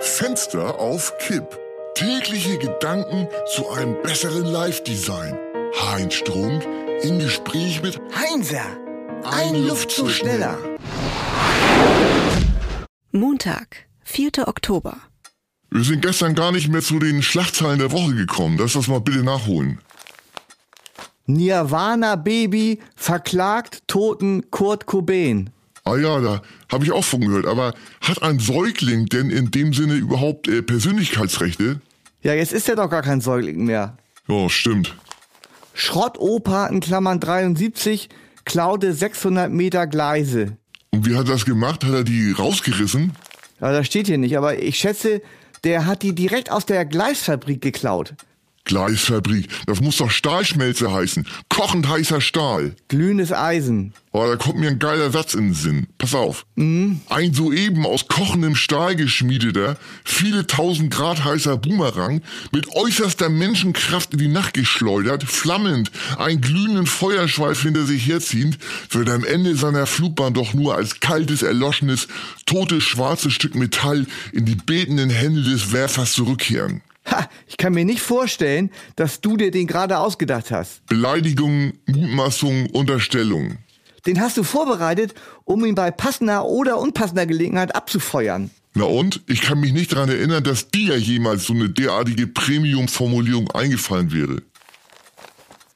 Fenster auf Kipp. Tägliche Gedanken zu einem besseren Live-Design. Heinz Strunk im Gespräch mit Heinzer, ein, Luftzug schneller. Montag, 4. Oktober. Wir sind gestern gar nicht mehr zu den Schlagzeilen der Woche gekommen. Lass das mal bitte nachholen. Nirvana Baby verklagt toten Kurt Cobain. Ah ja, da habe ich auch von gehört. Aber hat ein Säugling denn in dem Sinne überhaupt äh, Persönlichkeitsrechte? Ja, jetzt ist er doch gar kein Säugling mehr. Ja, stimmt. Schrottoper in Klammern 73 klaute 600 Meter Gleise. Und wie hat er das gemacht? Hat er die rausgerissen? Ja, das steht hier nicht, aber ich schätze, der hat die direkt aus der Gleisfabrik geklaut. Gleisfabrik, das muss doch Stahlschmelze heißen. Kochend heißer Stahl. Glühendes Eisen. Oh, da kommt mir ein geiler Satz in den Sinn. Pass auf. Ein soeben aus kochendem Stahl geschmiedeter, viele tausend Grad heißer Boomerang, mit äußerster Menschenkraft in die Nacht geschleudert, flammend, einen glühenden Feuerschweif hinter sich herziehend, wird am Ende seiner Flugbahn doch nur als kaltes, erloschenes, totes, schwarzes Stück Metall in die betenden Hände des Werfers zurückkehren. Ha, ich kann mir nicht vorstellen, dass du dir den gerade ausgedacht hast. Beleidigungen, Mutmaßungen, Unterstellungen. Den hast du vorbereitet, um ihn bei passender oder unpassender Gelegenheit abzufeuern. Na und? Ich kann mich nicht daran erinnern, dass dir jemals so eine derartige Premium-Formulierung eingefallen wäre.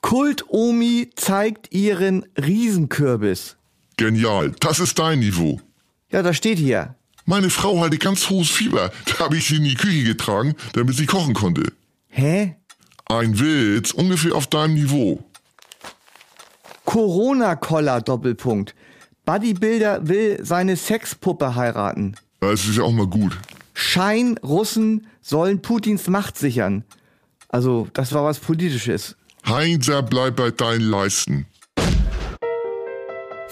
Kult-Omi zeigt ihren Riesenkürbis. Genial, das ist dein Niveau. Ja, das steht hier. Meine Frau hatte ganz hohes Fieber. Da habe ich sie in die Küche getragen, damit sie kochen konnte. Hä? Ein Witz, ungefähr auf deinem Niveau. Corona-Koller Doppelpunkt. Bodybuilder will seine Sexpuppe heiraten. Das ist ja auch mal gut. Schein-Russen sollen Putins Macht sichern. Also, das war was Politisches. Heinzer, bleib bei deinen Leisten.